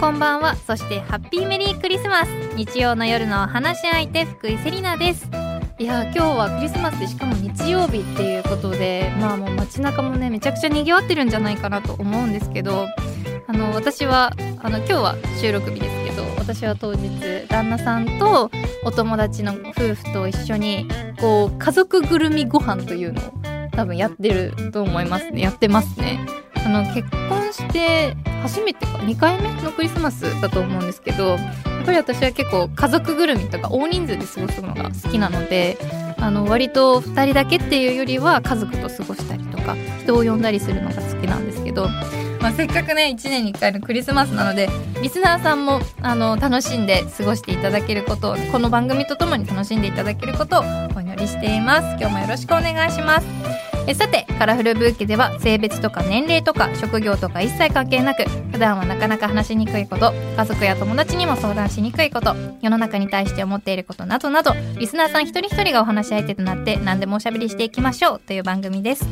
こんばんはそしてハッピーメリークリスマス日曜の夜のお話し相手福井セリナですいやー今日はクリスマスでしかも日曜日っていうことでまあもう街中もねめちゃくちゃ賑わってるんじゃないかなと思うんですけどあの私はあの今日は収録日ですけど私は当日旦那さんとお友達の夫婦と一緒にこう家族ぐるみご飯というのを多分やってると思いますねやってますねあの結婚して初めてか2回目のクリスマスだと思うんですけどやっぱり私は結構家族ぐるみとか大人数で過ごすのが好きなのであの割と2人だけっていうよりは家族と過ごしたりとか人を呼んだりするのが好きなんですけど、まあ、せっかくね1年に1回のクリスマスなのでリスナーさんもあの楽しんで過ごしていただけることをこの番組とともに楽しんでいただけることをお祈りしています今日もよろしくお願いしますえさてカラフルブーケでは性別とか年齢とか職業とか一切関係なく普段はなかなか話しにくいこと家族や友達にも相談しにくいこと世の中に対して思っていることなどなどリスナーさん一人一人がお話し相手となって何でもおしゃべりしていきましょうという番組です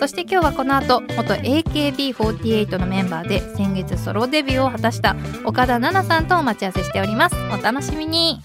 そして今日はこの後元 AKB48 のメンバーで先月ソロデビューを果たした岡田奈々さんとお待ち合わせしておりますお楽しみに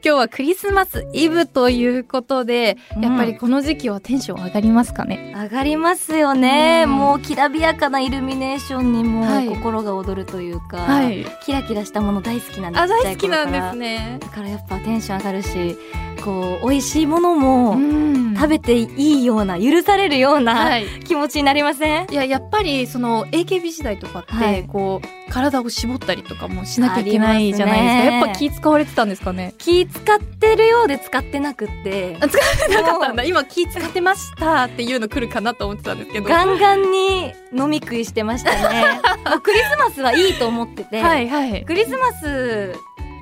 今日はクリスマスイブということで、やっぱりこの時期はテンション上がりますかね上がりますよね、うんもうきらびやかなイルミネーションにもはい心が躍るというか、はいキラキラしたもの大好きなんですあ大好きなんですねねだからやっぱテンション上がるしこう美味しいものもん食べていいような許されるようはない気持ちになりません、いややっぱりその AKB 時代とかって、はいこう体を絞ったりとかもしなきゃいけないじゃないですかありますねやっぱ気使われてたんですか ね気使ってるようで使ってなくってあ使って なかったんだも今気使ってましたっていうの来るかなと思ってたんですけうどガンガンに飲み食いしてました ねもうクリスマスはいいと思ってて、はいはいクリスマス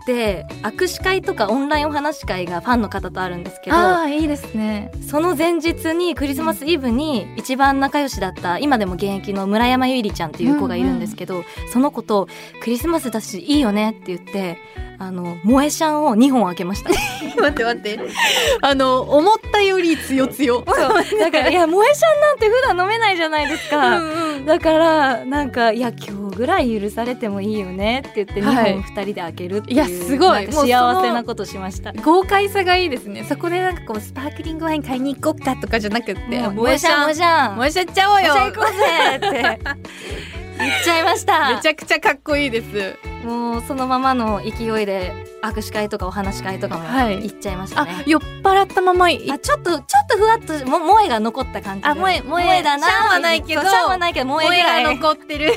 で握手会とかオンラインお話し会がファンの方とあるんですけどああいいですねその前日にクリスマスイブに一番仲良しだった今でも現役の村山ゆいりちゃんっていう子がいるんですけど、その子と「クリスマスだしいいよね」って言ってあの萌えシャンを2本開けました 待って待ってあの思ったより 強強そうだからいや萌えシャンなんて普段飲めないじゃないですうか、んうんだからなんかいや今日ぐらい許されてもいいよねって言ってはい2本2人で開けるっていう、いやすごいなんかもうその幸せなことしました豪快さがいいですねそこでなんかこうスパークリングワイン買いに行こうかとかじゃなくってもう萌えシャン萌えシャン萌えシャン行っちゃおうめっよちゃ行こうぜって 言っちゃいましためちゃくちゃかっこいいですもうそのままの勢いで握手会とかお話し会とかもはい行っちゃいましたあね、酔っ払ったままいあちょっとちょっとふわっとも萌えが残った感じであ萌え萌えだなシャンはないけどそうシャンはないけど萌えぐ萌えらいが残ってる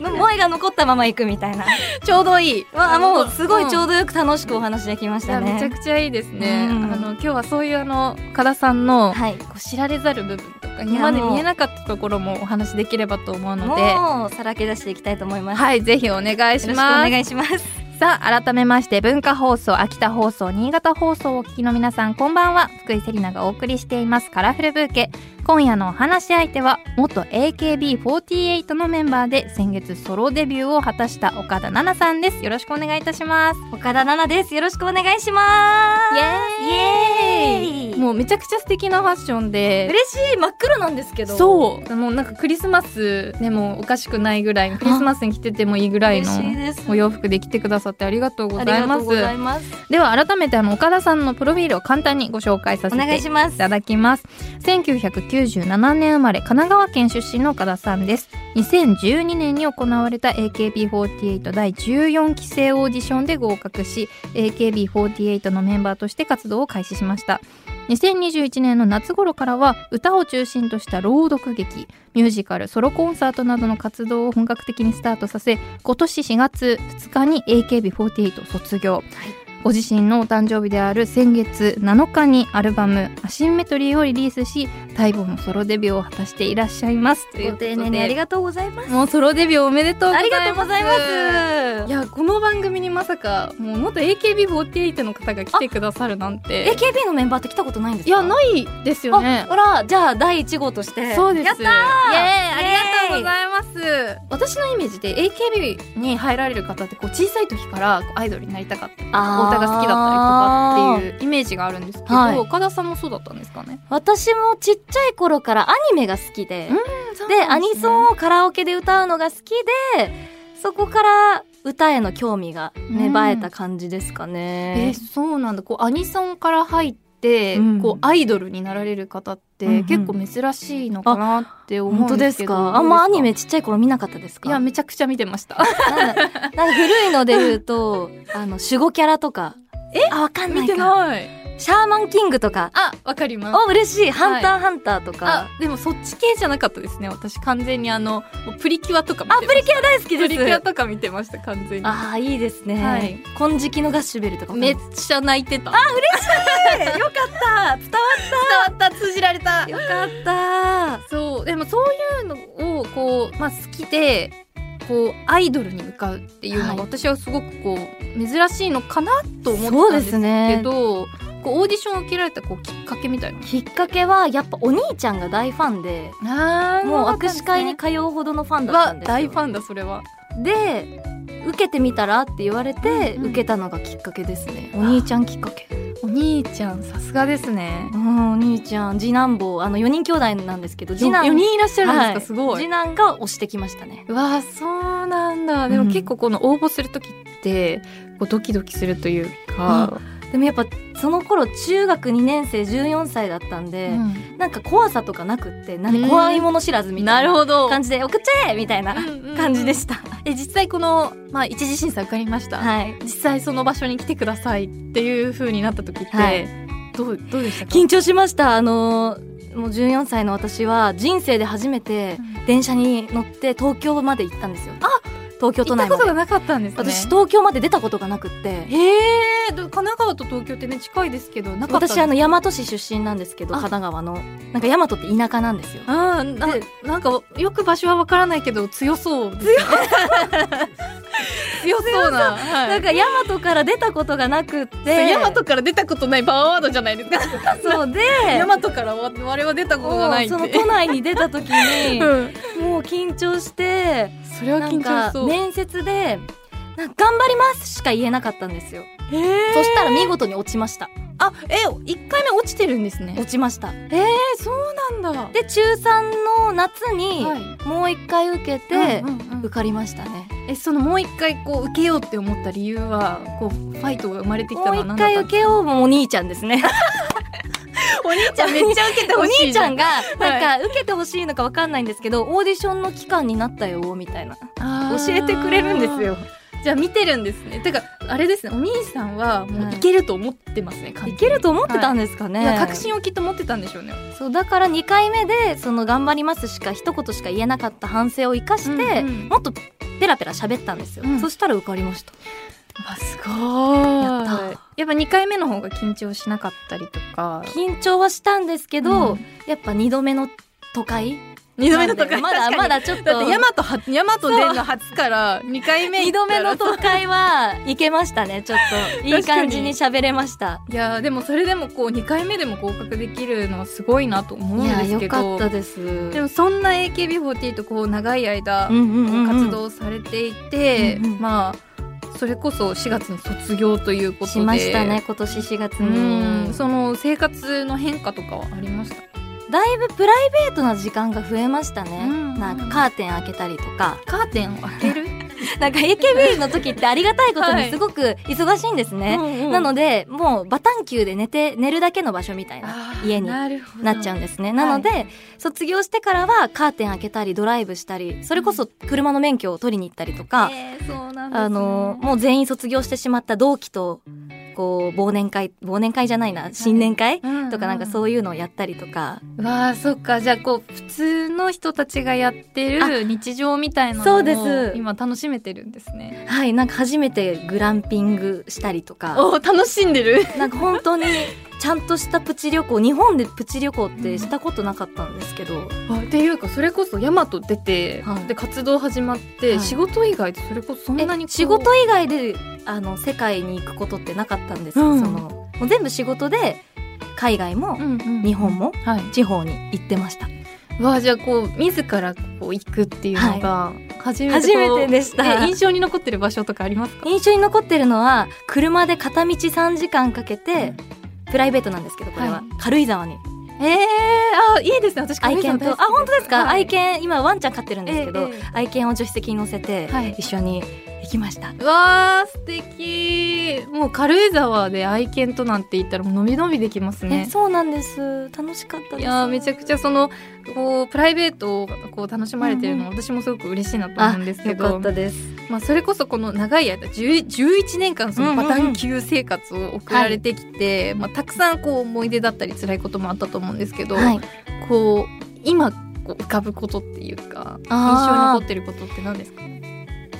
萌えが残ったまま行くみたいな、 ちょうどいいまあ、もうすごいちょううどよく楽しくお話できましいやたね、めちゃくちゃいいですね、うんあの今日はそういうあの岡田さんのはいこう知られざる部分とかや今までもう見えなかったところもお話できればと思うのでもうさらけ出していきたいと思います、はいぜひお願いしよろしくおます願いしますさあ改めまして文化放送秋田放送新潟放送をお聞きの皆さんこんばんは福井セリナがお送りしていますカラフルブーケ今夜のお話し相手は元 AKB48 のメンバーで先月ソロデビューを果たした岡田奈々さんですよろしくお願いいたします岡田奈々ですよろしくお願いしますイエーイもうめちゃくちゃ素敵なファッションで嬉しい真っ黒なんですけどそうもうなんかクリスマスでもおかしくないぐらいクリスマスに着ててもいいぐらいの嬉しいですお洋服で着てくださってありがとうございますいますでは改めてあの岡田さんのプロフィールを簡単にご紹介させお願ていしますいただきます1997年生まれ神奈川県出身の岡田さんです2012年に行われた AKB48 第14期生オーディションで合格し AKB48 のメンバーとして活動を開始しました2021年の夏頃からは歌を中心とした朗読劇ミュージカルソロコンサートなどの活動を本格的にスタートさせ今年4月2日に AKB48 を卒業、ご自身のお誕生日である先月7日にアルバム「アシンメトリー」をリリースし待望のソロデビューを果たしていらっしゃいますというごこと丁で寧にありがとうございます。もうソロデビューおめでとうござあいりますがとうございます。いやこの番組にまさかもう元 AKB48 の方が来てくださるなんて AKB のメンバーって来たことないんですいやかないですよねあほら、じゃあ第一号として。そうですやったーイエーイイエーイありがとうございます私私のイメージで AKB に入られる方ってこう小さい時からこうアイドルになりたかったあお歌が好きだったりとかってう。いうイメージがあるんですけど、はい岡田さんもそうだったんですかね私もちっちゃい頃からアニメが好きで、でアニソンをカラオケで歌うのが好きでそこから歌への興味が芽生えた感じですかえねー。そうなんだこうアニソンから入って、うんこうアイドルになられる方っうんうて結ん構珍しいのかなって思本う当んでですすけどかあんまアニどうメでちっちゃい頃見なかったですすかかいやめちゃくちゃ見てましたなんだなんか古いので言う とあの守護キャラとかえあわかんな 見いてかないシャーマンキングとかあわかりますお嬉しい「ハンターハンター」とあかでもそっち系じゃなかったですね私完全にあのもうプリキュアとか見てましたプリキュア大好きプリキュでアすとか見てました完全にあーいいですね、はい金色のガッシュベルとかめっちちゃ泣いてた ゃよかった伝わ伝わった通じられたよかったそうでもそういうのをこう、まあ、好きでこうアイドルに向かうっていうのが、はい私はすごくこう珍しいのかなと思っそうたんでですすけねどこうオーディションを受けられたこうきっかけみたいなきっかけはやっぱお兄ちゃんが大ファンであもう握手会に通うほどのファンだったはんですよ大ファンだそれはで受けてみたらって言われて、うんうん受けたのがきっかけですねお兄ちゃんきっかけお兄ちゃんさすがですねうんお兄ちゃん次男坊あの4人兄弟なんですけど次男4人いらっしゃるんですか、はいすごい次男が押してきましたねうわあそうなんだでうもん結構この応募する時ってこうドキドキするというか、でもやっぱその頃中学2年生14歳だったんで、なんか怖さとかなくってなんうんか怖いもの知らずみたいなほど感じで送っちゃえみたいな感じでした、え実際この、まあ、一次審査受かりました、はい実際その場所に来てくださいっていう風になった時って、はいどうどうでしたか、緊張しましたあのーもう14歳の私は人生で初めて電車に乗って東京まで行ったんですよあ東行京都った内こまとでがなかったんですね私東京まで出たことがなくってへえ神奈川と東京ってね近いですけどなかった私あの大和市出身なんですけどあ神奈川のなんか大和って田舎なんですよあーなでなんかよく場所はわからないけど強そうですね 強そうな、はいなんか大和から出たことがなくってそうヤマトから出たことないパワーワードじゃないですかそうでヤマトから我々は出たことがないってもうその都内に出た時 にうんもう緊張してそれはなん緊張かしそう、面接でなんか頑張りますしか言えなかったんですよ、へーそしたら見事に落ちましたあ、え、一回目落ちてるんですね。落ちましたえそうなんだ。で中3の夏にはいもう一回受けてうんうんうん受かりましたね、え、そのもう一回こう受けようって思った理由は、こうファイトが生まれてきたのもはう一何だ回った受けようもお兄ちゃんで すねお兄ちゃんめっちゃ受けてお兄ちゃんが。がなんか受けてほしいのかわかんないんですけどオーディションの期間になったよみたいな教えてくれるんです。よじゃあ見てるんですね。てか、あれですね、お兄さんはもうはいいけると思ってますね、完い全にけると思ってたんですかね、いや、確信をきっと持ってたんでしょうね。そうだから2回目でその頑張りますしか一言しか言えなかった反省を生かして、うんうんもっとペラペラ喋ったんですよ、うんそしたら受かりましたあ、すごい。やったやっぱ二回目の方が緊張しなかったりとか。緊張はしたんですけど、うんやっぱ2度目の都会二なんでまだまだちょっとだってヤマトはヤマトでの初から2回目2度目のと都会はいけましたねちょっといい感じに喋れましたいやーでもそれでもこう2回目でも合格できるのはすごいなと思うんいやですよけかどったですうんでもそんな AKB48 とこう長い間うんうんうん活動されていて、うんうんまあそれこそ4月に卒業ということでしましたね今年4月うにんその生活の変化とかはありましただいぶプライベートな時間が増えましたね、うんなんかカーテン開けたりとかカーテンを開ける なんか AKB の時ってありがたいことはいにすごく忙しいんですね、ななのでもうバタン球で寝て寝るだけの場所みたいな家にななっちゃうんんですねなので、卒業してからはカーテン開けたりドライブしたりそれこそ車の免許を取りに行ったりとか、えーそうなんですねあのもう全員卒業してしまった同期とこう忘年会忘年会じゃないな新年会、うんとかなんかそういうのをやったりとか、わあそっかじゃあこう普通の人たちがやってある日常みたいなそのうでをす今楽しめてるんですね。はいなんか初めてグランピングしたりとかお楽しんでるなんか本当にちゃんとしたプチ旅行日本でプチ旅行ってしたことなかったんですけど、あっていうかそれこそヤマト出て、はいで活動始まって、はい仕事以外でそれこそそんなにえ仕事以外であの世界に行くことってなかったんですよ、うんそのもう全部仕事で海外もうんうん日本もはい地方に行ってました、わあじゃあこう自らこう行くっていうのが初めて,、初めてでしたえ印象に残ってる場所とかありますか印象に残ってるのは車で片道3時間かけて、プライベートなんですけどこれは、はい軽井沢にええあいいですね私愛犬とあ本当ですか、はい愛犬今ワンちゃん飼ってるんですけど、ええええ愛犬を助手席に乗せて、はい一緒に行きましたわあ素敵もう軽井沢で愛犬となんて言ったらもうのびのびできますえねそうなんです楽しかったいですやーめちゃくちゃそのこうプライベートをこう楽しまれてるの、私もすごく嬉しいなと思うんですけよかどったですまあ、それこそこの長い間10 11年間そのパタン級生活を送られてきて、まあ、たくさんこう思い出だったり辛いこともあったと思うんですけど、はいこう今こう浮かぶことっていうか印象にあー残ってることって何ですか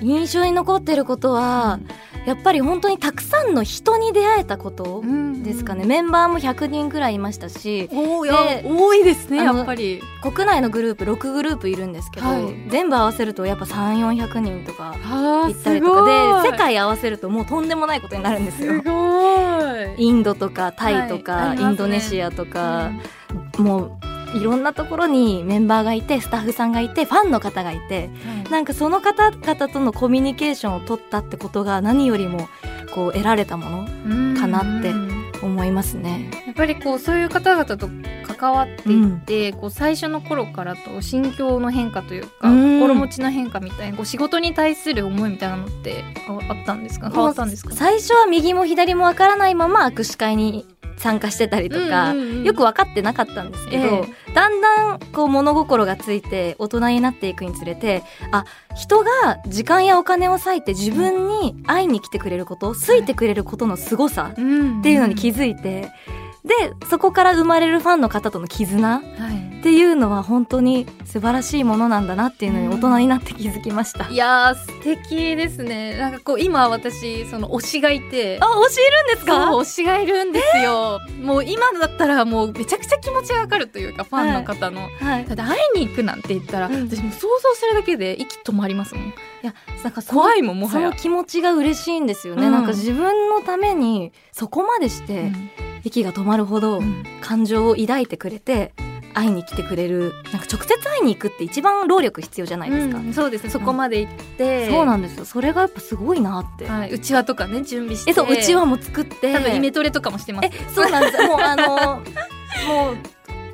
印象に残ってることは、やっぱり本当にたくさんの人に出会えたことですかね、メンバーも100人ぐらいいましたしおーいでや多いですねあやのっぱり。国内のグループ6グループいるんですけど、はい全部合わせるとやっぱ3400人とかあ行ったりとかで世界合わせるともうとんでもないことになるんですよ。ごい。インドとかタイとか、はいありますイねンドネシアとか、もういろんなところにメンバーがいてスタッフさんがいてファンの方がいてなんかその方々とのコミュニケーションを取ったってことが何よりもこう得られたものかなってうん思いますね。やっぱりこうそういう方々と関わっていって、こう最初の頃からと心境の変化というか、うん心持ちの変化みたいなこう仕事に対する思いみたいなのってああったんですか変わったんですかもう最初は右も左もわからないまま握手会に参加してたりとか、うんうんうんよく分かってなかったんですけど、えだんだんこう物心がついて大人になっていくにつれてあ人が時間やお金を割いて自分に会いに来てくれること好いてくれることのすごさうんっていうのに気づいてでそこから生まれるファンの方との絆っはいていうのは本当に素晴らしいものなんだなっていうのに大人になって気づきました。いやー素敵ですねなんかこう今私その推しがいてあ教えるんですかそう推しがいるんですよ、もう今だったらもうめちゃくちゃ気持ちがわかるというかファンの方の、はいだって会いに行くなんて言ったら、うん私もう想像するだけで息止まりますもんいやなんかその怖いもんもはそやの気持ちが嬉しいんですよね、うんなんか自分のためにそこまでして息が止まるほどうん感情を抱いてくれて会いに来てくれるなんか直接会いに行くって一番労力必要じゃないですか、うんそうですねそこまで行って、そうなんですよそれがやっぱすごいなって、はいうちわとかね準備してえそううちわも作って多分イメトレとかもしてますえそうなんですもうあのもう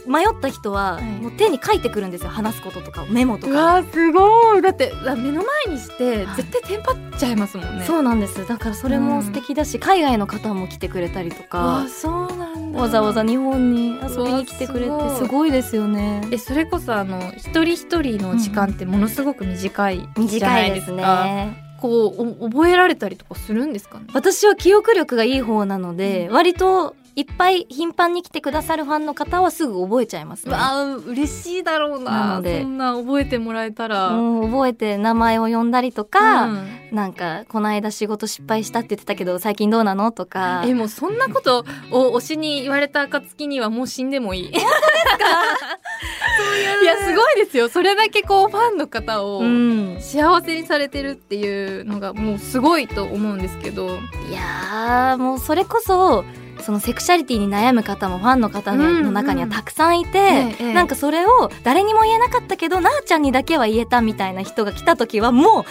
迷った人は、はいもう手に書いてくるんですよ話すこととかをメモとうかわーすごいだってだ目の前にしてはい絶対テンパっちゃいますもんねそうなんですだからそれも素敵だし、海外の方も来てくれたりとかあそうなんだわざわざ日本に遊びに来てくうれてわすごいすごいですよね。えそれこそあの一人一人の時間ってものすごく短いじゃ短ないいでですすか、ね。こうお覚えられたりとかするんですかね私は記憶力がいい方なので、う割といっぱい頻繁に来てくださるファンの方はすぐ覚えちゃいますね。わあ嬉しいだろうななのでそんな覚えてもらえたら、もう覚えて名前を呼んだりとか、うんなんかこの間仕事失敗したって言ってたけど最近どうなのとかえもうそんなことを推しに言われた暁にはもう死んで もいい。いやすごいですよそれだけこうファンの方をうん、幸せにされてるっていうのがもうすごいと思うんですけど、いやーもうそれこそそのセクシャリティに悩む方もファンの方の中にはたくさんいて、ええなんかそれを誰にも言えなかったけどなあちゃんにだけは言えたみたいな人が来た時はも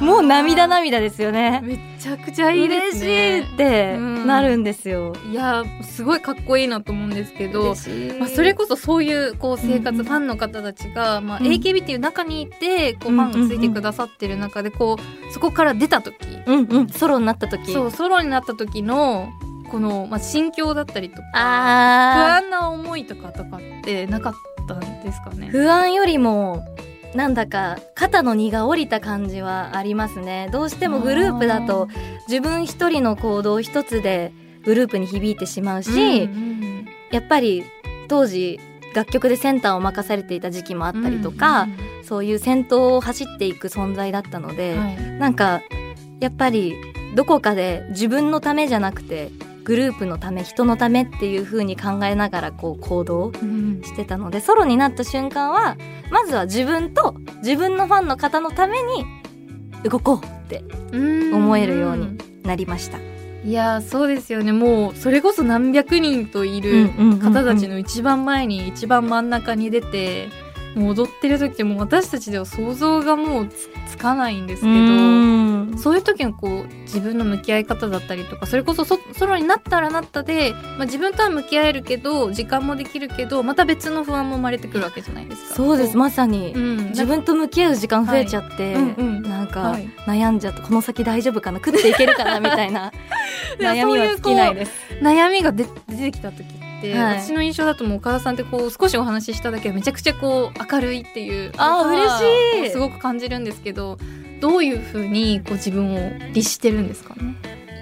うもう涙涙ですよね。めちゃくちゃいいで嬉すしねいってうんなるんですよ。いやすごいかっこいいなと思うんですけど嬉、しいまあ、それこそそういうこう生活、うんうんファンの方たちが、まあ、うん AKB っていう中にいてこううんファンがついてくださってる中でこうそこから出た時うんうんソロになった時そうソロになった時のこの、まあ、心境だったりとか不あー安な思いとかとかってなかったんですかね。不安よりもなんだか肩の荷が下りた感じはありますね。どうしてもグループだと自分一人の行動一つでグループに響いてしまうあー、し、うんうんやっぱり当時楽曲でセンターを任されていた時期もあったりとか、うんそういう先頭を走っていく存在だったので、うんはいなんかやっぱりどこかで自分のためじゃなくてグループのため人のためっていう風に考えながらこう行動うんしてたのでソロになった瞬間はまずは自分と自分のファンの方のために動こうってうん思えるようになりました。いやーそうですよねもうそれこそ何百人といるうんうんうんうん方たちの一番前に一番真ん中に出てもう踊ってる時ってもう私たちでは想像がもうつつかないんですけど。うんそういう時のこう自分の向き合い方だったりとかそれこそそソロになったらなったで、まあ、自分とは向き合えるけど時間もできるけどまた別の不安も生まれてくるわけじゃないですか。そうですこまさに、う、うん、自分と向き合う時間増えちゃって、はいうんうんなんか、はい悩んじゃってこの先大丈夫かな食っていけるかなみた いな悩みは尽きないです。悩みが出出てきた時って、はい私の印象だともう岡田さんってこう少しお話ししただけでめちゃくちゃこう明るいっていうあーパワー嬉しいをすごく感じるんですけどどういうふうにこう自分を律してるんですかね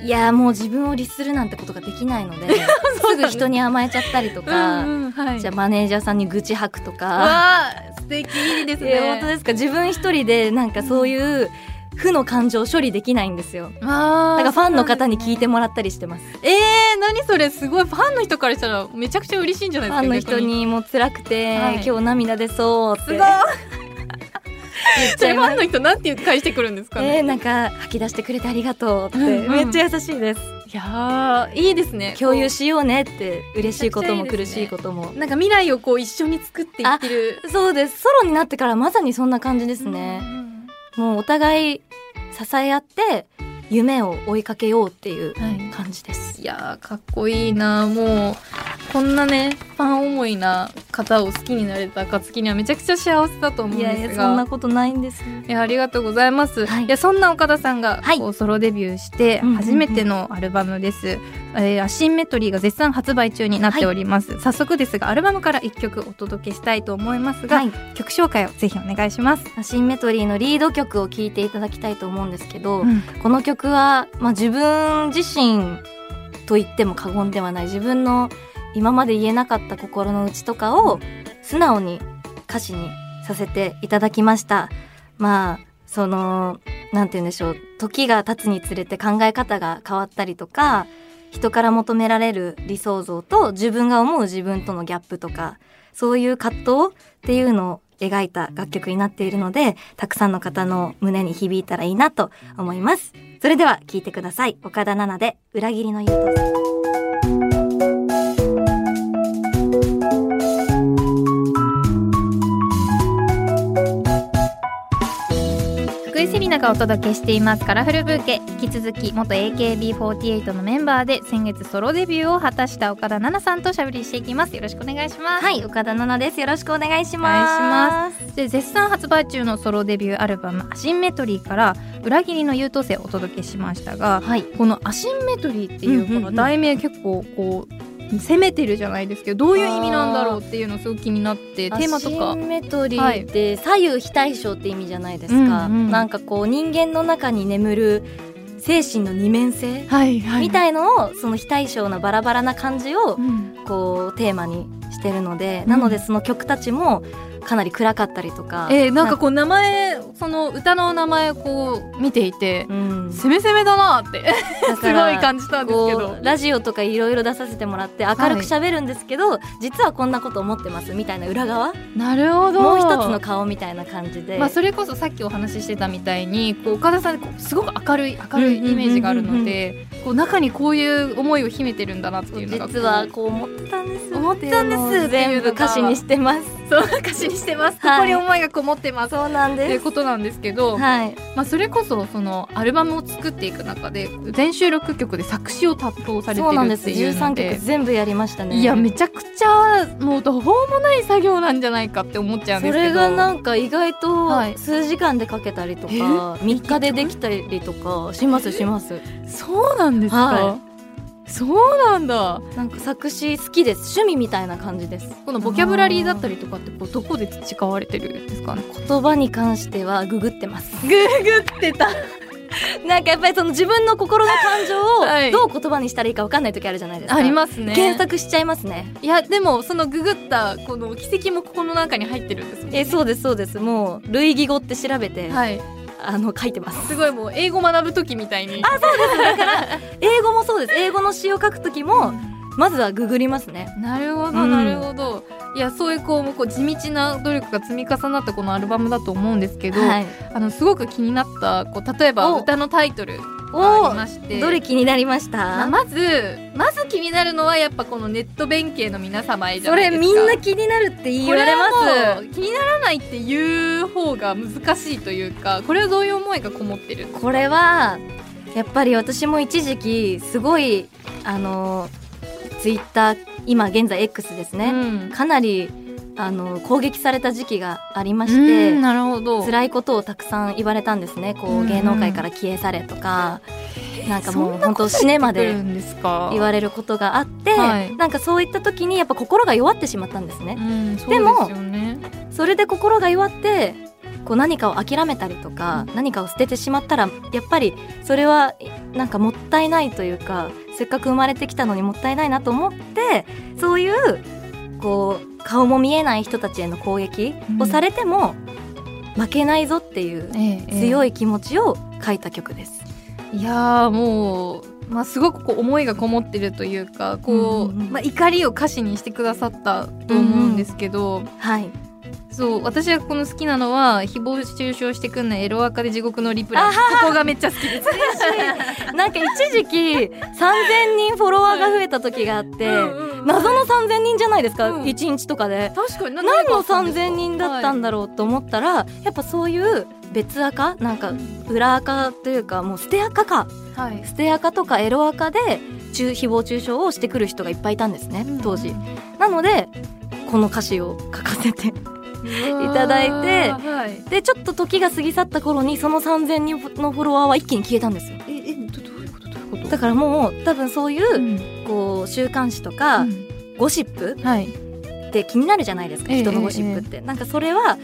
いやもう自分を律するなんてことができないので そうすなんでぐす人に甘えちゃったりとか、うんうんはい、じゃあマネージャーさんに愚痴吐くとか。わあ素敵いいですいね。や本当ですか自分一人でなんかそういう負の感情を処理できないんですよ。あだからファンの方に聞いててもらったりしてます。えー、何それすごいファンの人からしたらめちゃくちゃ嬉しいんじゃないフですかァンの人にもう辛くて、はい今日涙出そうって逆に言っそちゃれいフまァンす。の人なんて返してくるんですかね、えー、なんか吐き出してくれてありがとうって、うんうんめっちゃ優しいですいやーいいですね共有しようねって嬉しいこともめちゃくちゃいいで苦すしねいこともなんか未来をこう一緒に作っていってるそうですソロになってからまさにそんな感じですね、もうお互い支え合って夢を追いかけようっていううんはい感じですいやーかっこいいなもうこんなねファン思いな方を好きになれた暁にはめちゃくちゃ幸せだと思うんいですがやいやそんなことないんですいやありがとうございます、、はいいやそんな岡田さんが、はいこうソロデビューしてうんうんうん初めてのアルバムです、えーアシンメトリーが絶賛発売中になっております、早速ですがアルバムから一曲お届けしたいと思いますが、はい曲紹介をぜひお願いします、アシンメトリーのリード曲を聴いていただきたいと思うんですけど、うんこの曲は、まあ、自分自身と言っても過言ではない自分の今まで言えなかった心の内とかを素直に歌詞にさせていただきましたまあそのなんて言うんでしょう時が経つにつれて考え方が変わったりとか人から求められる理想像と自分が思う自分とのギャップとかそういう葛藤っていうのを描いた楽曲になっているのでたくさんの方の胸に響いたらいいなと思いますそれでは聞いてください岡田奈々で裏切りの言うと福井セリナがお届けしていますカラフルブーケ引き続き元 AKB48 のメンバーで先月ソロデビューを果たした岡田奈々さんとしゃべりしていきますよろしくお願いしますはい岡田奈々ですよろしくお願いしまますで絶賛発売中のソロデビューアルバム「アシンメトリー」から「裏切りの優等生」をお届けしましたがはいこの「アシンメトリー」っていううんうんこうんの題名結構こう攻めてるじゃないですけどどういう意味なんだろうっていうのすごく気になってテーマとかアシンメトリーって左右非対称って意味じゃないですか、うんうんなんかこう人間の中に眠る精神の二面性はいはみいたいのをその非対称なバラバラな感じをうんこうテーマにしてるので、うんなのでその曲たちもかなり暗かったりとか、えーなんかこう名前その歌の名前こう見ていてうん、攻め攻めだなって だすごいから感じたんですけこどう。ラジオとかいろいろ出させてもらって明るく喋るんですけど、実はこんなこと思ってますみたいな裏側なるほどもう一つの顔みたいな感じで、まあ、それこそさっきお話ししてたみたいにこう岡田さんってこうすごく明るい明るいイメージがあるのでこう中にこういう思いを秘めてるんだなっていうのがこう実はこう思ってたんです思ってたんですっていうのが全部歌詞にしてますそう歌詞にしてます、はいここに思いがこもってますそうなんといでうすことなんですけど、はいまあ、それこそそのアルバムを作っていく中で全収録曲で作詞を担当されてそうなんるでっすていう13ので曲全部やりましたねいやめちゃくちゃもう途方もない作業なんじゃないかって思っちゃうんでそすけどれがなんか意外はいと数時間でかけたりとか、え3日でできたりとかしますしますそうなんですか、はそうなんだなんか作詞好きです趣味みたいな感じですこのボキャブラリーだったりとかってこうどこで培われてるんですかね言葉に関してはググってますググってたなんかやっぱりその自分の心の感 情はいをどう言葉にしたらいいか分かんない時あるじゃないですか。ありますね検索しちゃいますね。いやでもそのググったこの奇跡もここの中に入ってるんですもんえそうですそうですもう類義語って調べて、はいあの書いてます。すごいもう英語学ぶ時みたいにあ英語もそうです英語の詩を書く時もまずはググりますね。なるほどうんなるほど、いやそういうこうもうこう地道な努力が積み重なったこのアルバムだと思うんですけど、はい、あのすごく気になったこう例えばお歌のタイトルがありましてどれ気になりましまあたまずまず気になるのはやっぱこのネット弁慶の皆様へじゃそないれですかみんな気になるって言われまこれはもう気にならないっていう方が難しいというかこれはどういう思いがこもってるすこれはやっぱり私も一時期すごいあのツイッター今現在 X ですね、ね、かなりあの攻撃された時期がありましうてんなるほど辛いことをたくさん言われたんですねこううん芸能界から消えされとか、なんかもそうん本当死ねま来でるんですか言われることがあって、はいなんかそういった時にやっぱ心が弱ってしまったんですね、うんそうでもですよねそれで心が弱ってこう何かを諦めたりとか、何かを捨ててしまったらやっぱりそれはいなんかもったいないというかせっかく生まれてきたのにもったいないなと思ってそういうこう顔も見えない人たちへの攻撃をされても、負けないぞっていう強いい気持ちを書いた曲です。いやーもう、まあ、すごくこう思いがこもってるというかこう、うんうんうんまあ、怒りを歌詞にしてくださったと思うんですけど、はい、そう私がこの好きなのは誹謗中傷してくんないエロアカで地獄のリプラあイここがめっちゃ好きです。 なんか一時期3000人フォロワーが増えた時があって、うんうん謎の3000人じゃないですか、うん一1日とかで。確かに何の3000人だったんだろろうと思ったら、やっぱそういう別垢なんか裏垢というかもう捨て垢かう、はい捨て垢とかエロ垢で中誹謗中傷をしてくる人がいっぱいいたんですね当時、なのでこの歌詞を書かせて いただいてはい、でちょっと時が過ぎ去った頃にその3000人のフォロワーは一気に消えたんですよええどどういうことどういうことだからもう多分そういう、んこう週刊誌とか、ゴシップはいって気になるじゃないですか、ええ人のゴシップって、なんかそれは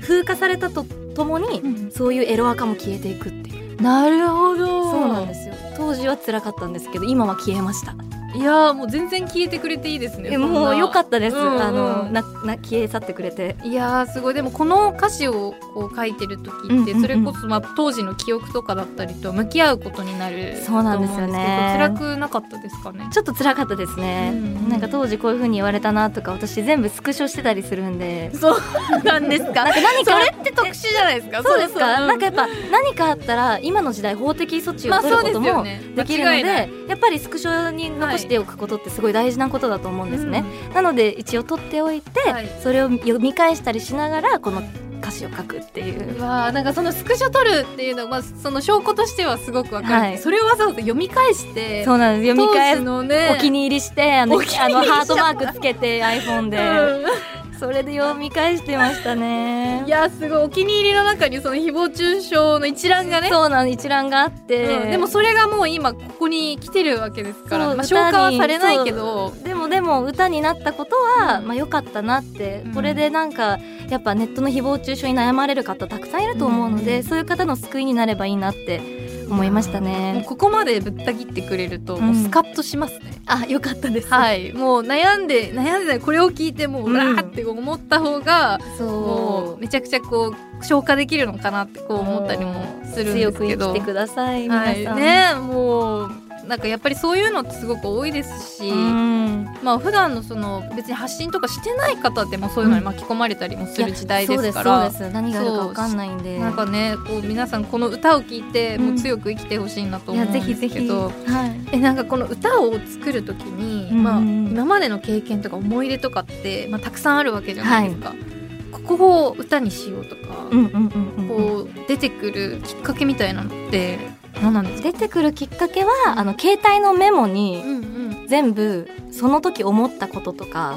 風化されたとともに、そういうエロアカも消えていくっていうなるほどそうなんですよ当時は辛かったんですけど今は消えましたいやーもう全然消えてくれていいですねえもう良かったったです、うんうんあのなな消え去ってくれていやーすごいでもこの歌詞をこう書いてる時うんっうんてうんそれこそまあ当時の記憶とかだったりと向き合うことになるそうなんですと思うよねんですけど辛くなかったですかねちょっと辛かったですね、うんうんなんか当時こういう風に言われたなとか私全部スクショしてたりするんでそうなんですかなんか何かそれって特殊じゃないですかそうですか、なんかやっっぱ何かあったら今の時代法的措置まをあ取るそうこですとよもねできるの間違で、いないやっぱりスクショに残しておくことってすごい大事なことだと思うんですね、なので一応取っておいて、はいそれを読み返したりしながらこの歌詞を書くっていううわーなんかそのスクショ撮るっていうのは、まあ、その証拠としてはすごくわかる、はいそれをわざわざ読み返してそうなんです読み返当す時のねお気に入りしてあのお気に入りあのしちゃったハートマークつけて iPhone で、うんそれで読み返してましたねいやすごいお気に入りの中にその誹謗中傷の一覧がねそうなん一覧があって、うんでもそれがもう今ここに来てるわけですから、そうまあ、消歌に化はされないけどでもでも歌になったことは、うんまあ良かったなって、うんこれでなんかやっぱネットの誹謗中傷に悩まれる方たくさんいると思うので、うんそういう方の救いになればいいなって思いましたもうね。ここまでぶった切ってくれるともうスカッとしますね、あ良かったです。はいもう悩んで悩んでこれを聞いてもううんうわーって思った方が、もそうめちゃくちゃこう消化できるのかなってこう思ったりもするんですけ強どく生きてください、はい皆さん。ねもうなんかやっぱりそういうのってすごく多いですし、うんまあ普段のその別に発信とかしてない方でもそういうのに巻き込まれたりもする時代ですから、いやそうですそうです何があるかわかんないんで。なんかねこう皆さんこの歌を聞いてうんもう強く生きてほしいなとい思うやんぜですけひど、ぜひ。はい。えなんかこの歌を作る時に、うんうんまあ、今までの経験とか思い出とかって、まあ、たくさんあるわけじゃないですか、ここを歌にしようとか、うんうんうんうこん。う出てくるきっかけみたいなのって何なんですか、出てくるきっかけは、あの携帯のメモにんうん、全部その時思ったこととか、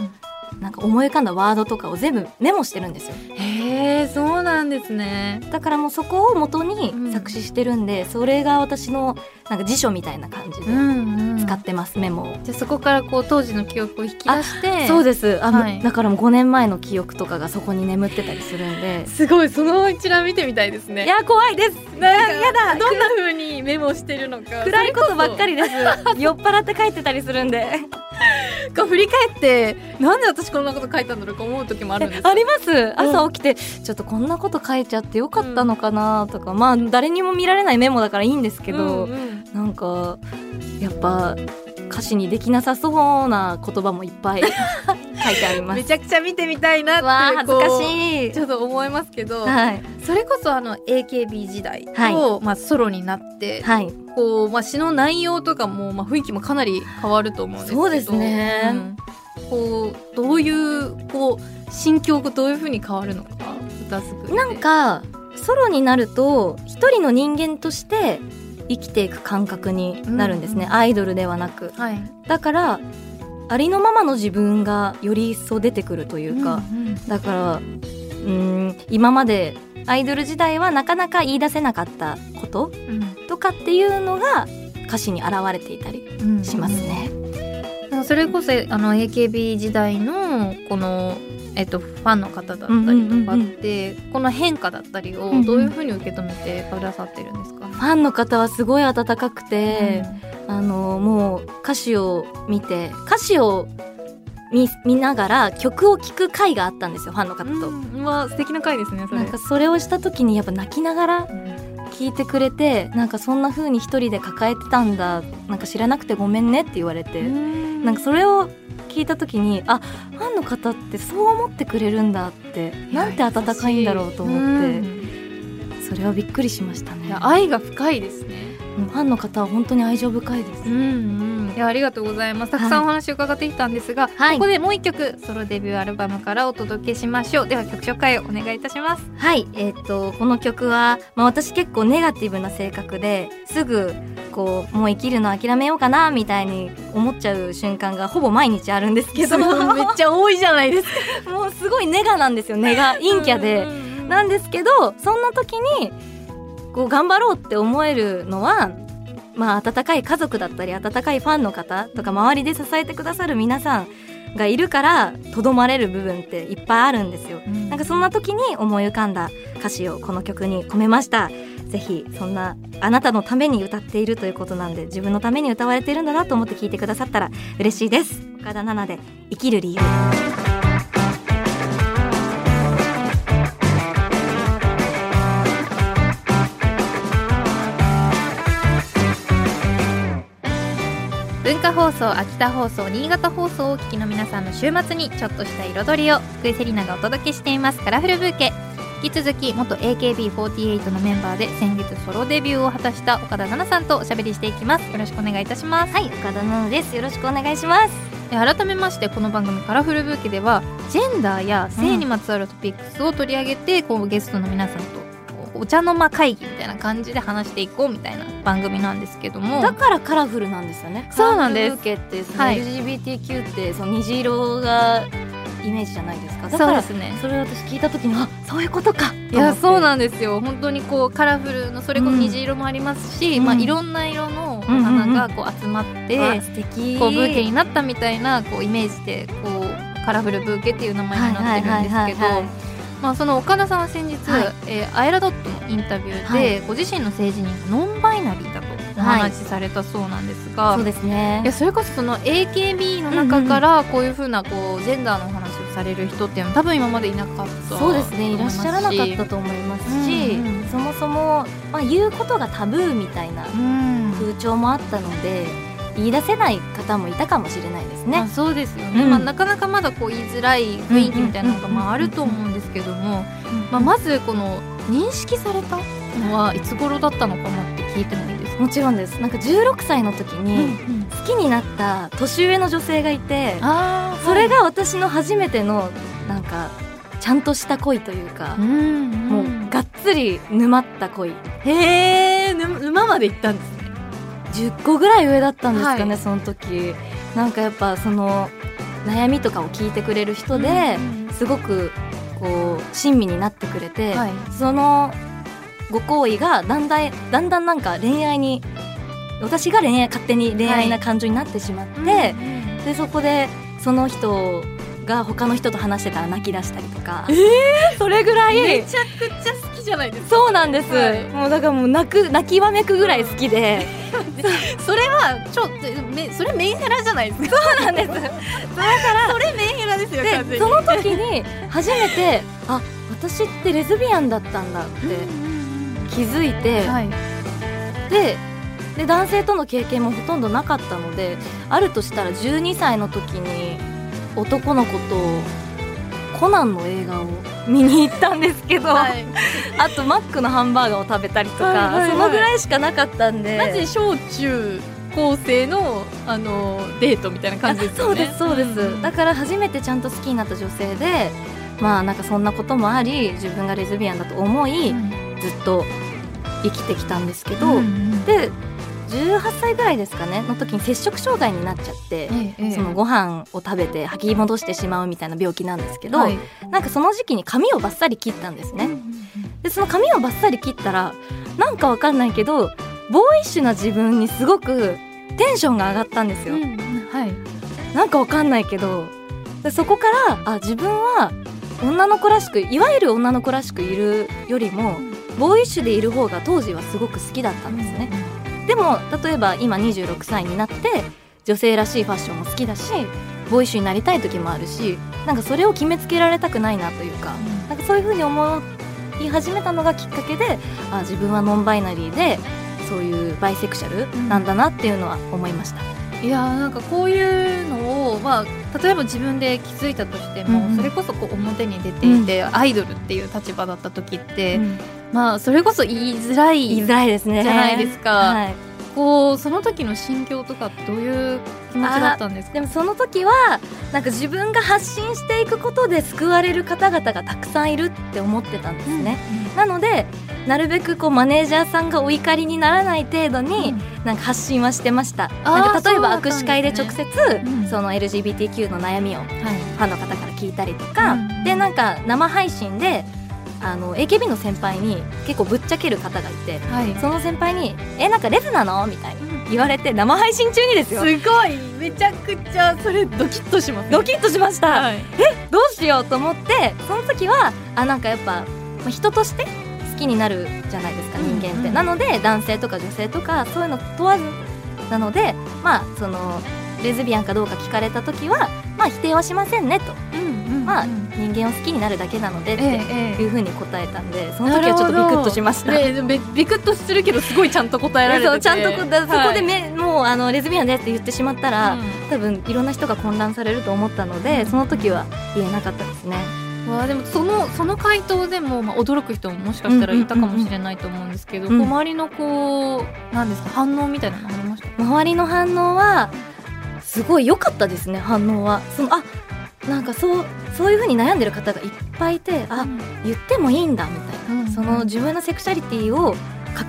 なんか思い浮かんだワードとかを全部メモしてるんですよ。へえそうなんですね。だからもうそこを元うにん作詞してるんで、それが私のなんか辞書みたいな感じでん使ってます、メモを。じゃあそこからこう当時の記憶を引き出してそうです。あ、はいだからもう5年前の記憶とかがそこに眠ってたりするんで。すごいその一覧見てみたいですねいや怖いです。やだ。どんな風にメモしてるのか暗いことばっかりりです。酔っ払って書いてたりするんで。振り返ってなんで私こんなこと書いたんだろうか思う時もあるんですあります。朝起きて、ちょっとこんなこと書いちゃってよかったのかなとか、まあ誰にも見られないメモだからいいんですけけど、ど、うんうんなんかやっぱ歌詞にできなさそうな言葉もいっぱい書いてあり ますめちゃくちゃ見てみたいなってわあ恥ずかいしいちょっと思いますけど、はいそれこそあの AKB 時代と、はまあ、ソロになって、はいこうまあ、詩の内容とかも、まあ、雰囲気もかなり変わると思うんですけどそうですねうんこうどういうこう心境がどういうふうに変わるのか歌作ってなんかソロになると一人の人間として生きていく感覚になるんですね、うんアイドルではなくはいだからありのままの自分がより一層出てくるというか、うんうんだからうーん今までアイドル時代はなかなか言い出せなかったこととかっていうのが歌詞に現れていたりうんしますね。でもそれこそあの AKB 時代のこの、えっと、ファンの方だったりとかって、この変化だったりうんうをんどういうふうに受け止めてくださってるんですか、ファンの方はすごい温かくて、あのもう歌詞を見て歌詞を見見ながら曲を聴く回があったんですよファンの方うんと。うんうわ素敵な回ですねそれなんかそれをした時にやっぱ泣きながら聞いてくれてなんかそんな風に一人で抱えてたんだなんか知らなくてごめんねって言われて、うんなんかそれを聞いた時にあファンの方ってそう思ってくれるんだってなんて温かいんだろうと思って、うんそれはびっくりしましたねいや愛が深いですねうんファンの方は本当に愛情深いです、うんうん、いやありがとうございますたくさんお話伺ってきたんですが、はいここでもう一曲ソロデビューアルバムからお届けしましょうでは曲紹介をお願いいたし ますはい、えーっとこの曲は、まあ、私結構ネガティブな性格ですぐこうもう生きるの諦めようかなみたいに思っちゃう瞬間がほぼ毎日あるんですけどもっちゃ多いじゃないですか うすごいネガなんですよネガ陰キャで。ななんんですけどそんな時にこう頑張ろうって思えるのは、まあ、温かい家族だったり温かいファンの方とか周りで支えてくださる皆さんがいるからとどまれる部分っていっぱいあるんですよ。なんかそんな時に思い浮かんだ歌詞をこの曲に込めました。ぜひそんなあなたのために歌っているということなんで自分のために歌われているんだなと思って聞いてくださったら嬉しいです。岡田奈々で生きる理由。文化放送秋田放送新潟放送をお聞きの皆さんの週末にちょっとした彩りを福井セリナがお届けしていますカラフルブーケ引き続き元 AKB48 のメンバーで先月ソロデビューを果たした岡田奈々さんとおしゃべりしていきますよろしくお願いいたしますはい、岡田奈々です。よろしくお願いしまです。改めましてこの番組「カラフルブーケ」ではジェンダーや性にまつわるトピックスを取り上げて、こうゲストの皆さんとこうお茶の間会議みたいな感じで話していこうみたいな番組なんですけどもだからカラフルなんですよね。そうなんですカラフルブーケってそのはい LGBTQ ってその虹色がイメージじゃないですか。だかそうでらすねそれを私聞いた時にあそういうことか。いやそうんなんですよ本当にこうカラフルのそれこそ虹色もありますし、うんまあ、うんいろんな色のおうんうんうん花がこう集まって、素敵。こうブーケになったみたいなこうイメージでこうカラフルブーケっていう名前になってるんですけはいはいはいはいどはいまあその岡田さんは先日、はいえーアイラドットのインタビューで、はいご自身の性自認がノンバイナリーだとお話しされたそうなんですが、そうい、ですね。やそれこそその AKB の中からこういうふうなこうジェンダーのお話をされる人っていうのは多分今までいなかったそうですねいらっしゃらなかっと思いまたすしと思いますし、うんうんそもそも、まあ、言うことがタブーみたいなうん風潮もあったので言い出せない方もいたかもしれないですまあね。そうですよね、うんまあ、なかなかまだこう言いづらい雰囲気みたいなのがまああると思うんですけども、まあ、まずこの認識されたのはいつ頃だったのかなって聞いてもいいですか、もちろんですなんか16歳の時に好きになった年上の女性がいてあそれが私の初めてのなんかちゃんとした恋というか、んもうがっつり沼った恋へえ沼まで行ったんですね10個ぐらい上だったんですかね、はいその時なんかやっぱその悩みとかを聞いてくれる人で、すごくこう親身になってくれて、はいそのご好意がだんだんだんだんなんか恋愛に私が恋愛勝手に恋愛な感情になってしまって、でそこでその人が他の人と話してたら泣き出したりとか、それぐら いゃくちゃ好きじゃないですそうなんです、はいもうだからもう泣く泣きわめくぐらい好きで、かそれはちょめそれメンヘラじゃないですかそうなんですそれメンヘラですよでその時に初めてあ私ってレズビアンだったんだって気づいて、はいでで男性との経験もほとんどなかったのであるとしたら12歳の時に男の子とコナンの映画を見に行ったんですけど、はい、 あとマックのハンバーガーを食べたりとか、はいはいはいそのぐらいしかなかったんでマジ小中高生のあのデートみたいな感じですよねあそうですそうです、んだから初めてちゃんと好きになった女性でまあなんかそんなこともあり自分がレズビアンだと思い、ずっと生きてきたんですけど、んで18歳ぐらいですかねの時に摂食障害になっちゃって、ええそのご飯を食べて吐き戻してしまうみたいな病気なんですけど、はいなんかその時期に髪をバッサリ切ったんですね、でその髪をバッサリ切ったらなんかわかんないけどボーイッシュな自分にすごくテンションが上がったんですうよ、んはいなんかわかんないけどでそこからあ自分は女の子らしくいわゆる女の子らしくいるよりもボーイッシュでいる方が当時はすごく好きだったんですね、でも例えば今26歳になって女性らしいファッションも好きだしボーイッシュになりたい時もあるしなんかそれを決めつけられたくないなというかなんかそういうふうに思い始めたのがきっかけであ自分はノンバイナリーでそういうバイセクシャルなんだなっていうのは思いました。いやーなんかこういうのを、まあ、例えば自分で気づいたとしても、うんうんそれこそこう表に出ていて、アイドルっていう立場だった時って、うんまあそれこそ言いづらい言いづじらいですね。ゃないですか、はい、こうその時の心境とかどういう気持ちだったんですかでもその時はなんか自分が発信していくことで救われる方々がたくさんいるって思ってたんですね。なのでなるべくこうマネージャーさんがお怒りにならない程度うんに、うんなんか発信はしてましたあーなんか例そえばうだったんです握手ね会で直接そうんの LGBTQ の悩みをフはいァンの方から聞いたりとか、うんでなんか生配信であの AKB の先輩に結構ぶっちゃける方がいてはいその先輩に「えなんかレズなの?」みたいに言われて生配信中にですよすごいめちゃくちゃそれドキッとしますねドキッとしました、はいどうしようと思ってその時はあなんかやっぱまあ人として好きになるじゃないですかうん人間って、うんなので男性とか女性とかそういうの問わずなのでまあそのレズビアンかどうか聞かれた時はまあ否定はしませんねとうんうんうんまあ人間を好きになるだけなのでっええてえいえうふうに答えたんでその時はちょっとビクッとしました。ねでもびびくっとするけどすごいちゃんと答えられててそうちゃんとこうだそこではいめ、もうあのレズビアンですって言ってしまったら、うん多分いろんな人が混乱されると思ったのでその時は言えなかったですね。わあでもそのその回答でも、まあ、驚く人ももしかしたらいたかもしれないと思うんですけど、うんうんうんうんこう周りのこうなんですか反応みたいなのありました周りの反応はすごい良かったですね反応はそのあなんかそうそういうふうに悩んでる方がいっぱいいてあ言ってもいいんだみたいな、うんその自分のセクシャリティを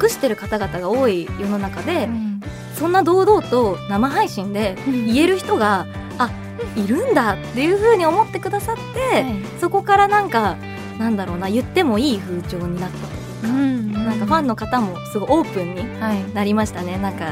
隠してる方々が多い世の中で、うんそんな堂々と生配信で言える人があいるんだっていうふうに思ってくださって、はいそこからなんかなんだろうな言ってもいい風潮になったというか、なんかファンの方もすごいオープンにはい、なりましたねなんか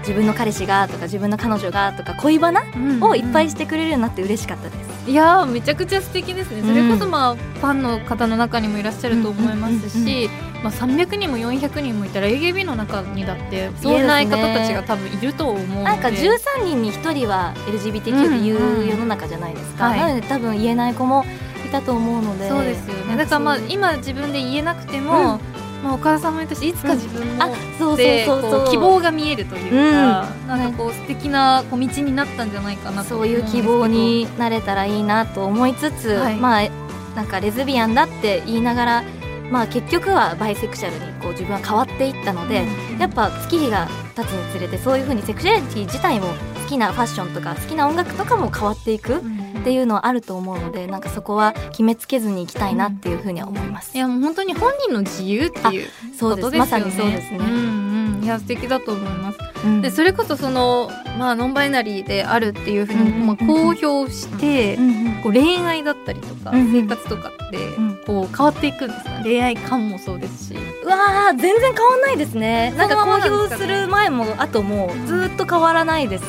自分の彼氏がとか自分の彼女がとか恋バナをいっぱいしててくれるようになって嬉しかったです、いやーめちゃくちゃ素敵ですねそれこそ、まあ、ファンの方の中にもいらっしゃると思いますうんうんうんし、まあ、300人も400人もいたら AKB の中にだってすね言えない方たちが多分いると思うのでなんか13人に1人は LGBTQ ってうんういんう世の中じゃないですか、はいなので多分言えない子もいたと思うのでそうですよねだからまあ今自分で言えなくても、うんまあ、お母さんもいたしいつか自分も、あそうそうでそうそうこう希望が見えるというか、なんかこう素敵なこう道になったんじゃないかなとそ思ういんうです希けど望になれたらいいなと思いつつ、はいまあなんかレズビアンだって言いながらまあ結局はバイセクシャルにこう自分は変わっていったので、やっぱ月日が経つにつれてそういう風にセクシュアリティ自体も好きなファッションとか好きな音楽とかも変わっていくっうんていうのはあると思うのでなんかそこは決めつけずにいきたいなっていう風には思います。いやもう本当に本人の自由っていうそこうとですですよねまさにそうですね。んうんいや素敵だと思いますうんでそれこそそのまあノンバイナリーであるっていうふうに、うんまあ、公表して、うんうんこう恋愛だったりとか、うん生活とかって、んこう変わっていくんですか恋愛観もそうですしうわー全然変わんないですね。なんかそのまま公なんです表かねする前も後もずーっと変わらないです。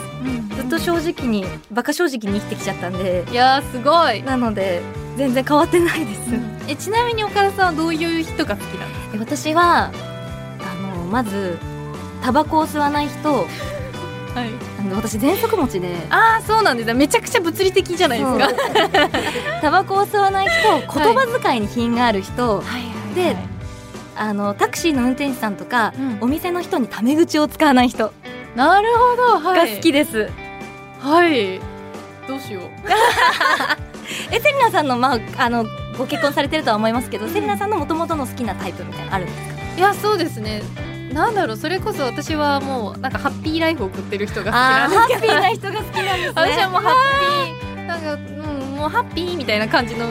ずっと正直にバカ正直に生きてきちゃったんでいやーすごい、なので全然変わってないです。えちなみに岡田さんはどういう人が好きなんですかえ私はあのまずタバコを吸わない人はいあの私喘息持ちでああそうなんですねめちゃくちゃ物理的じゃないですかそう タバコを吸わない人言葉遣いに品がある人、はいはいはいあのタクシーの運転手さんとか、うんお店の人にタメ口を使わない人なるほど、はがい、好きです、はいどうしようえセリナさんの,、まあ、あのご結婚されてるとは思いますけど、セリナさんのもともとの好きなタイプみたいなのあるんですかいやそうですねなんだろうそれこそ私はもうなんかハッピーライフを送ってる人が好きなあんーですハけッどピーな人が好きなんですね私はもうハッピーなんか、うん、もうハッピーみたいな感じの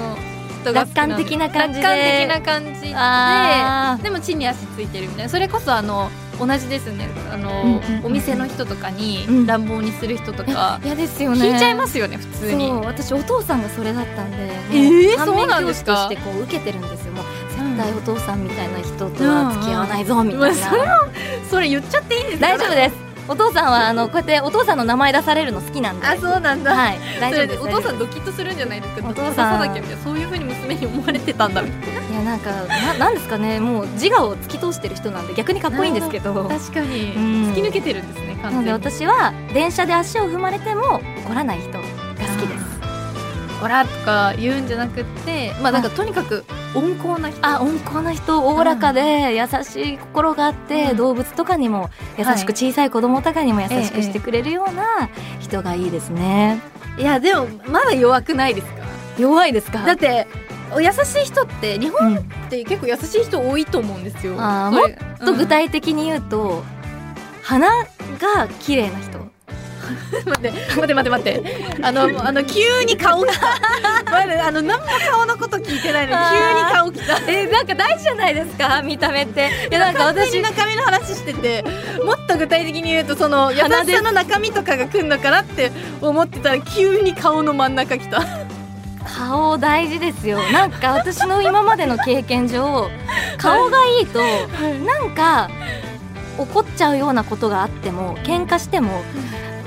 人が好きなんです楽観的な感じで楽観的な感じであーでも地に足ついてるみたいなそれこそあの同じですねあの、うんうんうんお店の人とかにうん乱暴にする人とか、嫌ですよね聞いちゃいすますよね普通にそう私お父さんがそれだったんで、えー反面そうなんですか教師としてこう受けてるんですよもううん絶対お父さんみたいな人とは付き合わないぞみたい な、うんそれ言っちゃっていいんですか大丈夫ですお父さんはあのこうやってお父さんの名前出されるの好きなんであそうなんだ、はい大丈夫ですそれお父さんドキッとするんじゃないですかお父さ出んさなきゃみたいなそういう風に娘に思われてたんだみたいいやなんかななんですかねもう自我を突き通してる人なんで逆にかっこいいんですけどな確かにうん突き抜けてるんですね完な全のにで私は電車で足を踏まれても怒らない人が好きですこらとか言うんじゃなくってまあなんかとにかく温厚な人あ温厚な人おおらかで優しい心があって、うん動物とかにも優はいしく小さい子供とかにも優しええくしてくれるような人がいいですね、いやでもまだ弱くないですか弱いですかだってお優しい人って日う本んって結構優しい人多いと思うんですよあーそれちょっと具体的に言うと、鼻が綺麗な人うん待って待って待って待 ってあのもうあの急に顔 がまだあの何も顔のこと聞いてないのに急に顔きたえなんか大事じゃないですか見た目っていやなんか完全私に中身の話しててもっと具体的に言うとその優し鼻でさの中身とかが来んのかなって思ってたら急に顔の真ん中 きた顔大事ですよなんか私の今までの経験上顔がいいとなんか怒っちゃうようなことがあっても喧嘩しても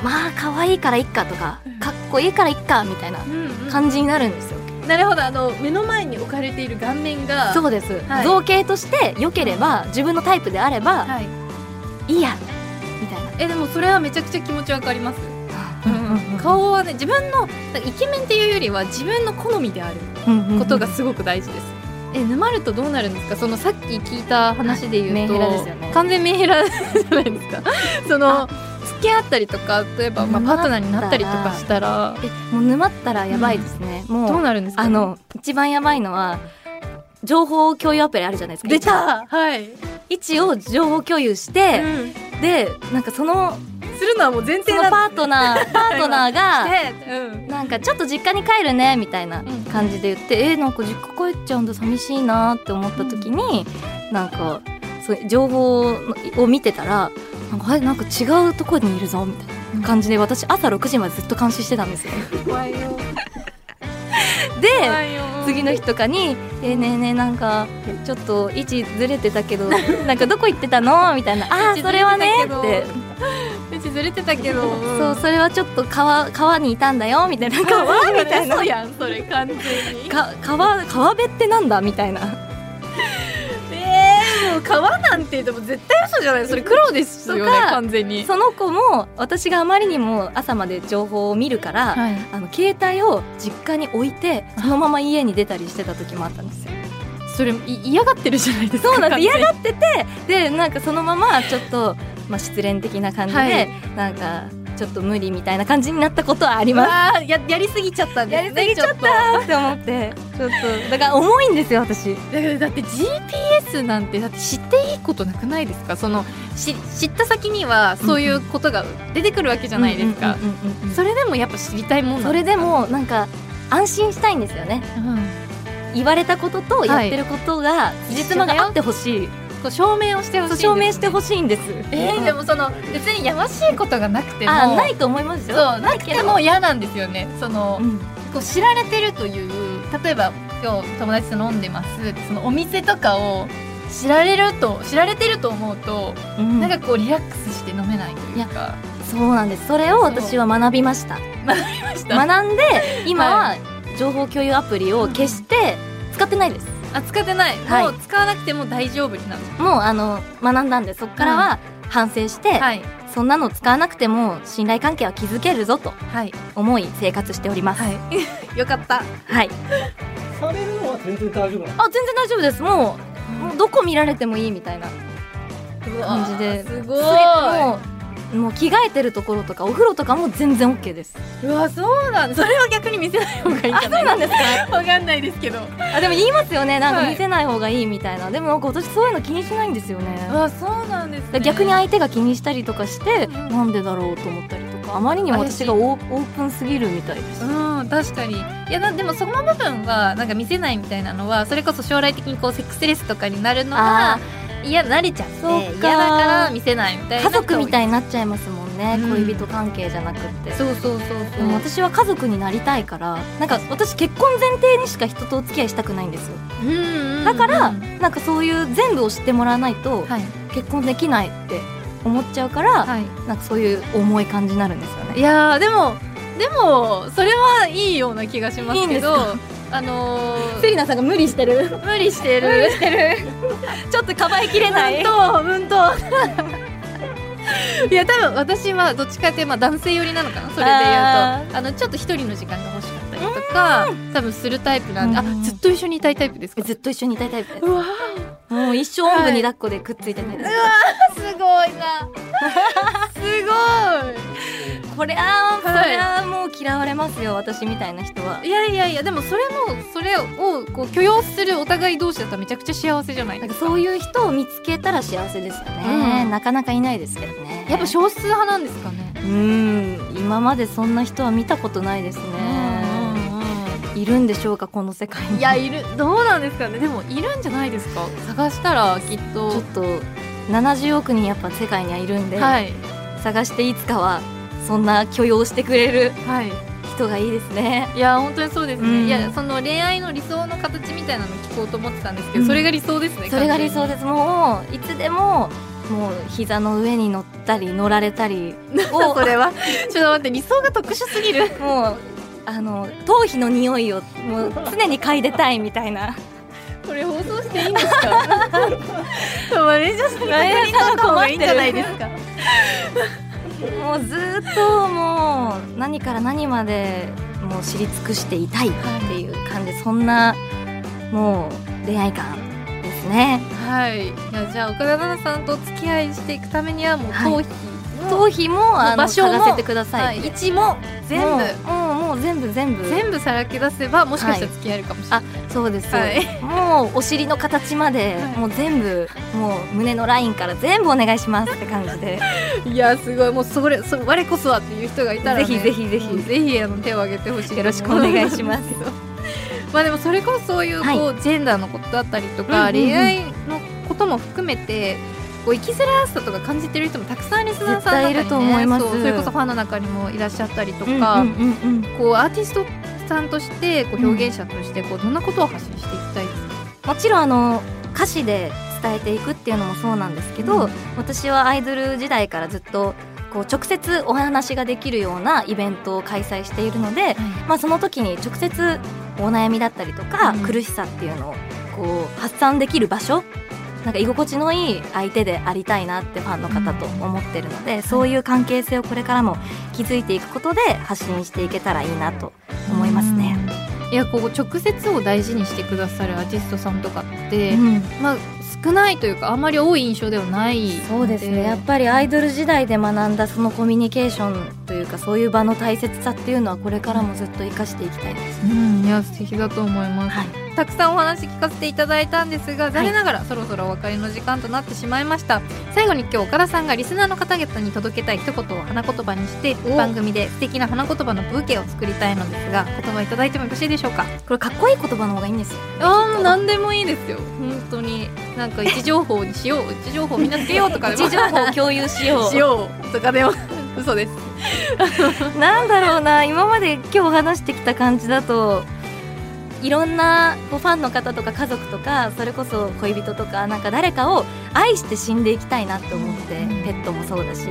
まあ可愛いからいっかとかうんかっこいいからいっかみたいな感じになるんですよなるほどあの目の前に置かれている顔面がそうです、はい造形として良ければ自分のタイプであればはい、いいやみたいえでもそれはめちゃくちゃ気持ちわかります、な顔はね自分のなんかイケメンっていうよりは自分の好みであることがすごく大事です、え沼るとどうなるんですかそのさっき聞いた話で言うと、はいメンヘラですよね完全メンヘラじゃないです かそのあ付き合ったりとか例えば、まあ、パートナーになったりとかしたらえもう沼ったらやばいですね、もうどうなるんですかあの一番やばいのは情報共有アプリあるじゃないですか出たはい、位置を情報共有して、でなんかそのするのはもう前提そのパートナーパート ナーがで、うん、なんかちょっと実家に帰るねみたいなうん感じで言って、えーなんか実家帰っちゃうんだ寂しいなって思った時に、なんかそう情報を見てたらなんかあれなんか違うとこにいるぞみたいな感じで私朝6時までずっと監視してたんです よ。怖いよで怖いよ次の日とかに「えーねえねえなんかちょっと位置ずれてたけどなんかどこ行ってたの?」みたいな「ああーそれはね」って うちずれてたけどそうそれはちょっと川川にいたんだよみたいな川みたいな嘘やんそれ完全にか川川辺ってなんだみたいなえー、もう川なんてでも絶対嘘じゃないそれ黒ですよねとか完全にその子も私があまりにも朝まで情報を見るから、はいあの携帯を実家に置いてそのまま家に出たりしてた時もあったんですよそれい嫌がってるじゃないですかそうなん です嫌ががっててでなんかそのままちょっと、まあ、失恋的な感じで、はいなんかちょっと無理みたいな感じになったことはありますあーややりすぎちゃったんです、ね、やりすぎちゃったあーって思ってちょっとだから重いんですよ私だからだって GPS なんてだって知っていいことなくないですかそのし知った先にはそういうことが出てくるわけじゃないですか、うんうんうんうんうんそれでもやっぱ知りたいもんなそんでれでもなんか安心したいんですよねす、うん言われたこととやってることが辻褄が合ってほしい、こう証明をしてほしいそんうです証明してほしいんです、えうんー、でもその別にやましいことがなくてもあないと思いますそようなくても嫌なんですよねその、うんこう知られてるという例えば今日友達と飲んでますってそのお店とかを知られると知られてると思うと、うんなんかこうリラックスして飲めないというかそうなんですそれを私は学びましたま学んで今は情報共有アプリを消して使ってないですあ使ってない、はいもう使わなくても大丈夫になるもうあの学んだんでそこからは反省して、はいそんなの使わなくても信頼関係は築けるぞとはい思い生活しておりますは い、はいよかったされるのは全然大丈夫なのあ全然大丈夫ですもうもうどこ見られてもいいみたいなうわ感じですごいすげえもうもう着替えてるところとかお風呂とかも全然 OK ですうわそうなんそれは逆に見せない方がいいんじゃないなんですかかわかんないですけどあでも言いますよねなんはかい見せない方がいいみたいな、でもなんか私そういうの気にしないんですよねだかあそうなんです、らね、逆に相手が気にしたりとかして、うんなんでだろうと思ったりとかあまりにも私がオーオープンすぎるみたいです、うん確かにいやなでもその部分はなんか見せないみたいなのはそれこそ将来的にこうセックスレスとかになるのがあ嫌慣れちゃってそっ嫌かだから見せないみたい家な族みたいいになっちゃいますもんね、うん恋人関係じゃなくってそうそうそうでそうも私は家族になりたいからなんか私結婚前提にしか人とお付き合いしたくないんですようんうんうんだから、はなんかそういう全部を知ってもらわないとい結婚できないって思っちゃうかはら、いなんかそういう重い感じになるんですよねいやーでもでもそれはいいような気がしますいいんけですどかあのーリナさんが無理してる無理してる無理してるちょっとかばいきれなうんいとうんと いや多分私はどっちかっていうとまあ男性寄りなのかなそれで言うとああのちょっと一人の時間が欲しかったりとか多分するタイプなんであうんずっと一緒にいたいタイプですかずっと一緒にいたいタイプですうわもう一生おんぶに抱っこでくっついてないです、ーすごいなすごこれはこはいれはもう嫌われますよ私みたいな人はいいやいやいやでもそれもそれをこう許容するお互い同士だったらめちゃくちゃ幸せじゃないでなんかすかそういう人を見つけたら幸せですよね、うんなかなかいないですけどねやっぱ少数派なんですかねうん今までそんな人は見たことないですねいるんでしょうかこの世界にいやいるどうなんですかねでもいるんじゃないですか探したらきっとちょっと70億人やっぱ世界にはいるんで、はい探していつかはそんな許容してくれるはい人がいいですねいや本当にそうですね、うんいやその恋愛の理想の形みたいなの聞こうと思ってたんですけど、うんそれが理想ですねそれが理想でですもういつでももう膝の上に乗ったり乗られ たりをそれはちょっと待って理想が特殊すぎるもうあの頭皮の匂いをもう常に嗅いでたいみたい なこれ放送していいんですかマネージャーさんにマネー確認しジャーさんがた方困っがてるいいんじゃないですかもうずっともう何から何までもう知り尽くしていたいっていう感じそんなもう恋愛感ですねはいいやじゃあ岡田奈々さんとお付き合いしていくためにはもうは頭い皮頭皮もあの場所も探せてください、位置も全部もうもうもう全部全部全部さらけ出せばもしかしたら付き合えるかもしれない、そうです、はいもうお尻の形まで、はいもう全部もう胸のラインから全部お願いしますって感じでい、やすごいもうそれそれ我こそはっていう人がいたら、ね、ぜひぜひぜひもうぜひあの手を挙げてほしいよろしくお願いしすますまあでもそれこそそういうこ、はいうジェンダーのことだったりとうか、んうんうん恋愛のことも含めてこう生きづらさとか感じてる人もたくさんリスナーさんの中に、ね、絶対いると思いますそうそれこそファンの中にもいらっしゃったりとうんか、うんうんうんこうアーティストさんとしてこう表現者としてこうどんなことを発信していきたいですか、もちろんあの歌詞で伝えていくっていうのもそうなんですけど、うん私はアイドル時代からずっとこう直接お話ができるようなイベントを開催しているので、まあ、その時に直接お悩みだったりとか、うん苦しさっていうのをこう発散できる場所なんか居心地のいい相手でありたいなってファンの方と思ってるので、そういう関係性をこれからも築いていくことで発信していけたらいいなと思いますね。いやこう直接を大事にしてくださるアーティストさんとかって、うんまあ少ないというかあんまり多い印象ではないそうですねやっぱりアイドル時代で学んだそのコミュニケーションというかそういう場の大切さっていうのはこれからもずっと生かしていきたいです、うんいや素敵だと思います。はい、たくさんお話聞かせていただいたんですが残念ながらそろそろお別れの時間となってしまいました、最後に今日岡田さんがリスナーの方々に届けたい一言を花言葉にしてお番組で素敵な花言葉のブーケを作りたいのですが言葉いただいてもよろしいでしょうかこれかっこいい言葉の方がいいんですよあーもう何でもいいですよ本当になんか位置情報にしよう位置情報みんなつけようとか位置情報を共有し ようしようとかでも嘘ですなんだろうな今まで今日話してきた感じだといろんなこうファンの方とか家族とかそれこそ恋人とかなんか誰かを愛して死んでいきたいなって思ってうんペットもそうだし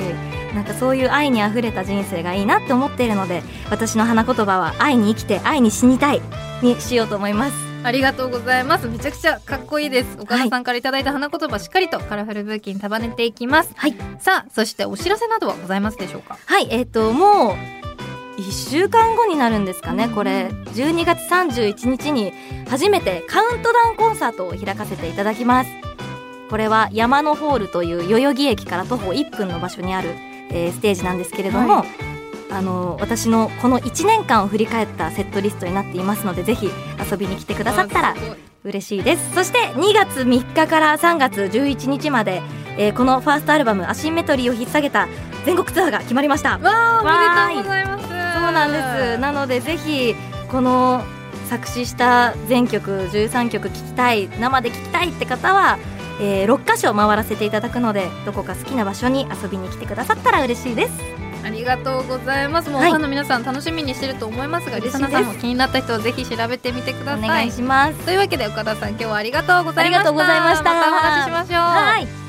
なんかそういう愛にあふれた人生がいいなって思っているので私の花言葉は「愛に生きて愛に死にたい」にしようと思います。ありがとうございますめちゃくちゃかっこいいです岡田さんからいただいた花言葉しっかりとカラフルブーケに束ねていきますはいさあそしてお知らせなどはございますでしょうかはい、えっ、と、もう、1週間後になるんですかね、これ。12月31日に、初めてカウントダウンコンサートを開かせていただきます。これは、山のホールという代々木駅から徒歩1分の場所にある、えーステージなんですけれども、はあの私のこの1年間を振り返ったセットリストになっていますのでぜひ遊びに来てくださったら嬉しいですそして2月3日から3月11日まで、えーこのファーストアルバム「アシンメトリー」を引っ提げた全国ツアーが決まりましたそうわあおめでとうございますそうなんですなのでぜひこの作詞した全曲13曲聴きたい生で聴きたいって方は、え6か所回らせていただくのでどこか好きな場所に遊びに来てくださったら嬉しいですありがとうございますもう、はいファンの皆さん楽しみにしてると思いますが嬉リしいですサナさんも気になった人はぜひ調べてみてくだおさ願いいしますというわけで岡田さん今日はありがとうございましたありがとうございましたまたお話ししましょうはい